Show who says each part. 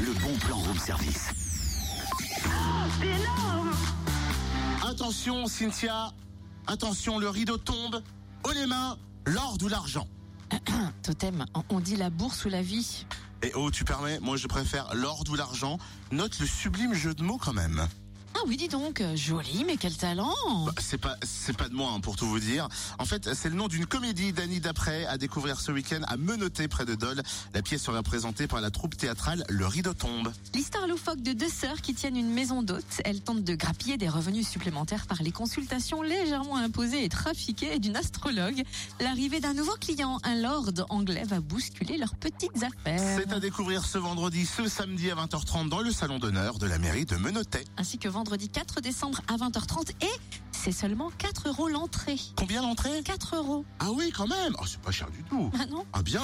Speaker 1: le bon plan room service.
Speaker 2: C'est énorme
Speaker 1: Ah, Attention, Cynthia. Attention, le rideau tombe. Haut les mains, l'or ou l'argent.
Speaker 3: Totem, on dit la bourse ou la vie
Speaker 1: Et oh, tu permets, moi je préfère l'or ou l'argent. Note le sublime jeu de mots quand même.
Speaker 3: Ah oui, dis donc, joli, mais quel talent
Speaker 1: Bah, c'est pas c'est pas de moi hein, pour tout vous dire. En fait, c'est le nom d'une comédie d'Annie d'après à découvrir ce week-end à Menotté près de Dole. La pièce sera présentée par la troupe théâtrale Le Rideau tombe.
Speaker 3: L'histoire loufoque de deux sœurs qui tiennent une maison d'hôtes. Elles tentent de grappiller des revenus supplémentaires par les consultations légèrement imposées et trafiquées d'une astrologue. L'arrivée d'un nouveau client, un lord anglais, va bousculer leurs petites affaires.
Speaker 1: C'est à découvrir ce vendredi, ce samedi à 20h30 dans le salon d'honneur de la mairie de Menotté.
Speaker 3: Ainsi que vendredi 4 décembre à 20h30 et c'est seulement 4 euros l'entrée.
Speaker 1: Combien l'entrée
Speaker 3: 4 euros.
Speaker 1: Ah oui, quand même. Oh, c'est pas cher du tout.
Speaker 3: Ah non
Speaker 1: Ah bien.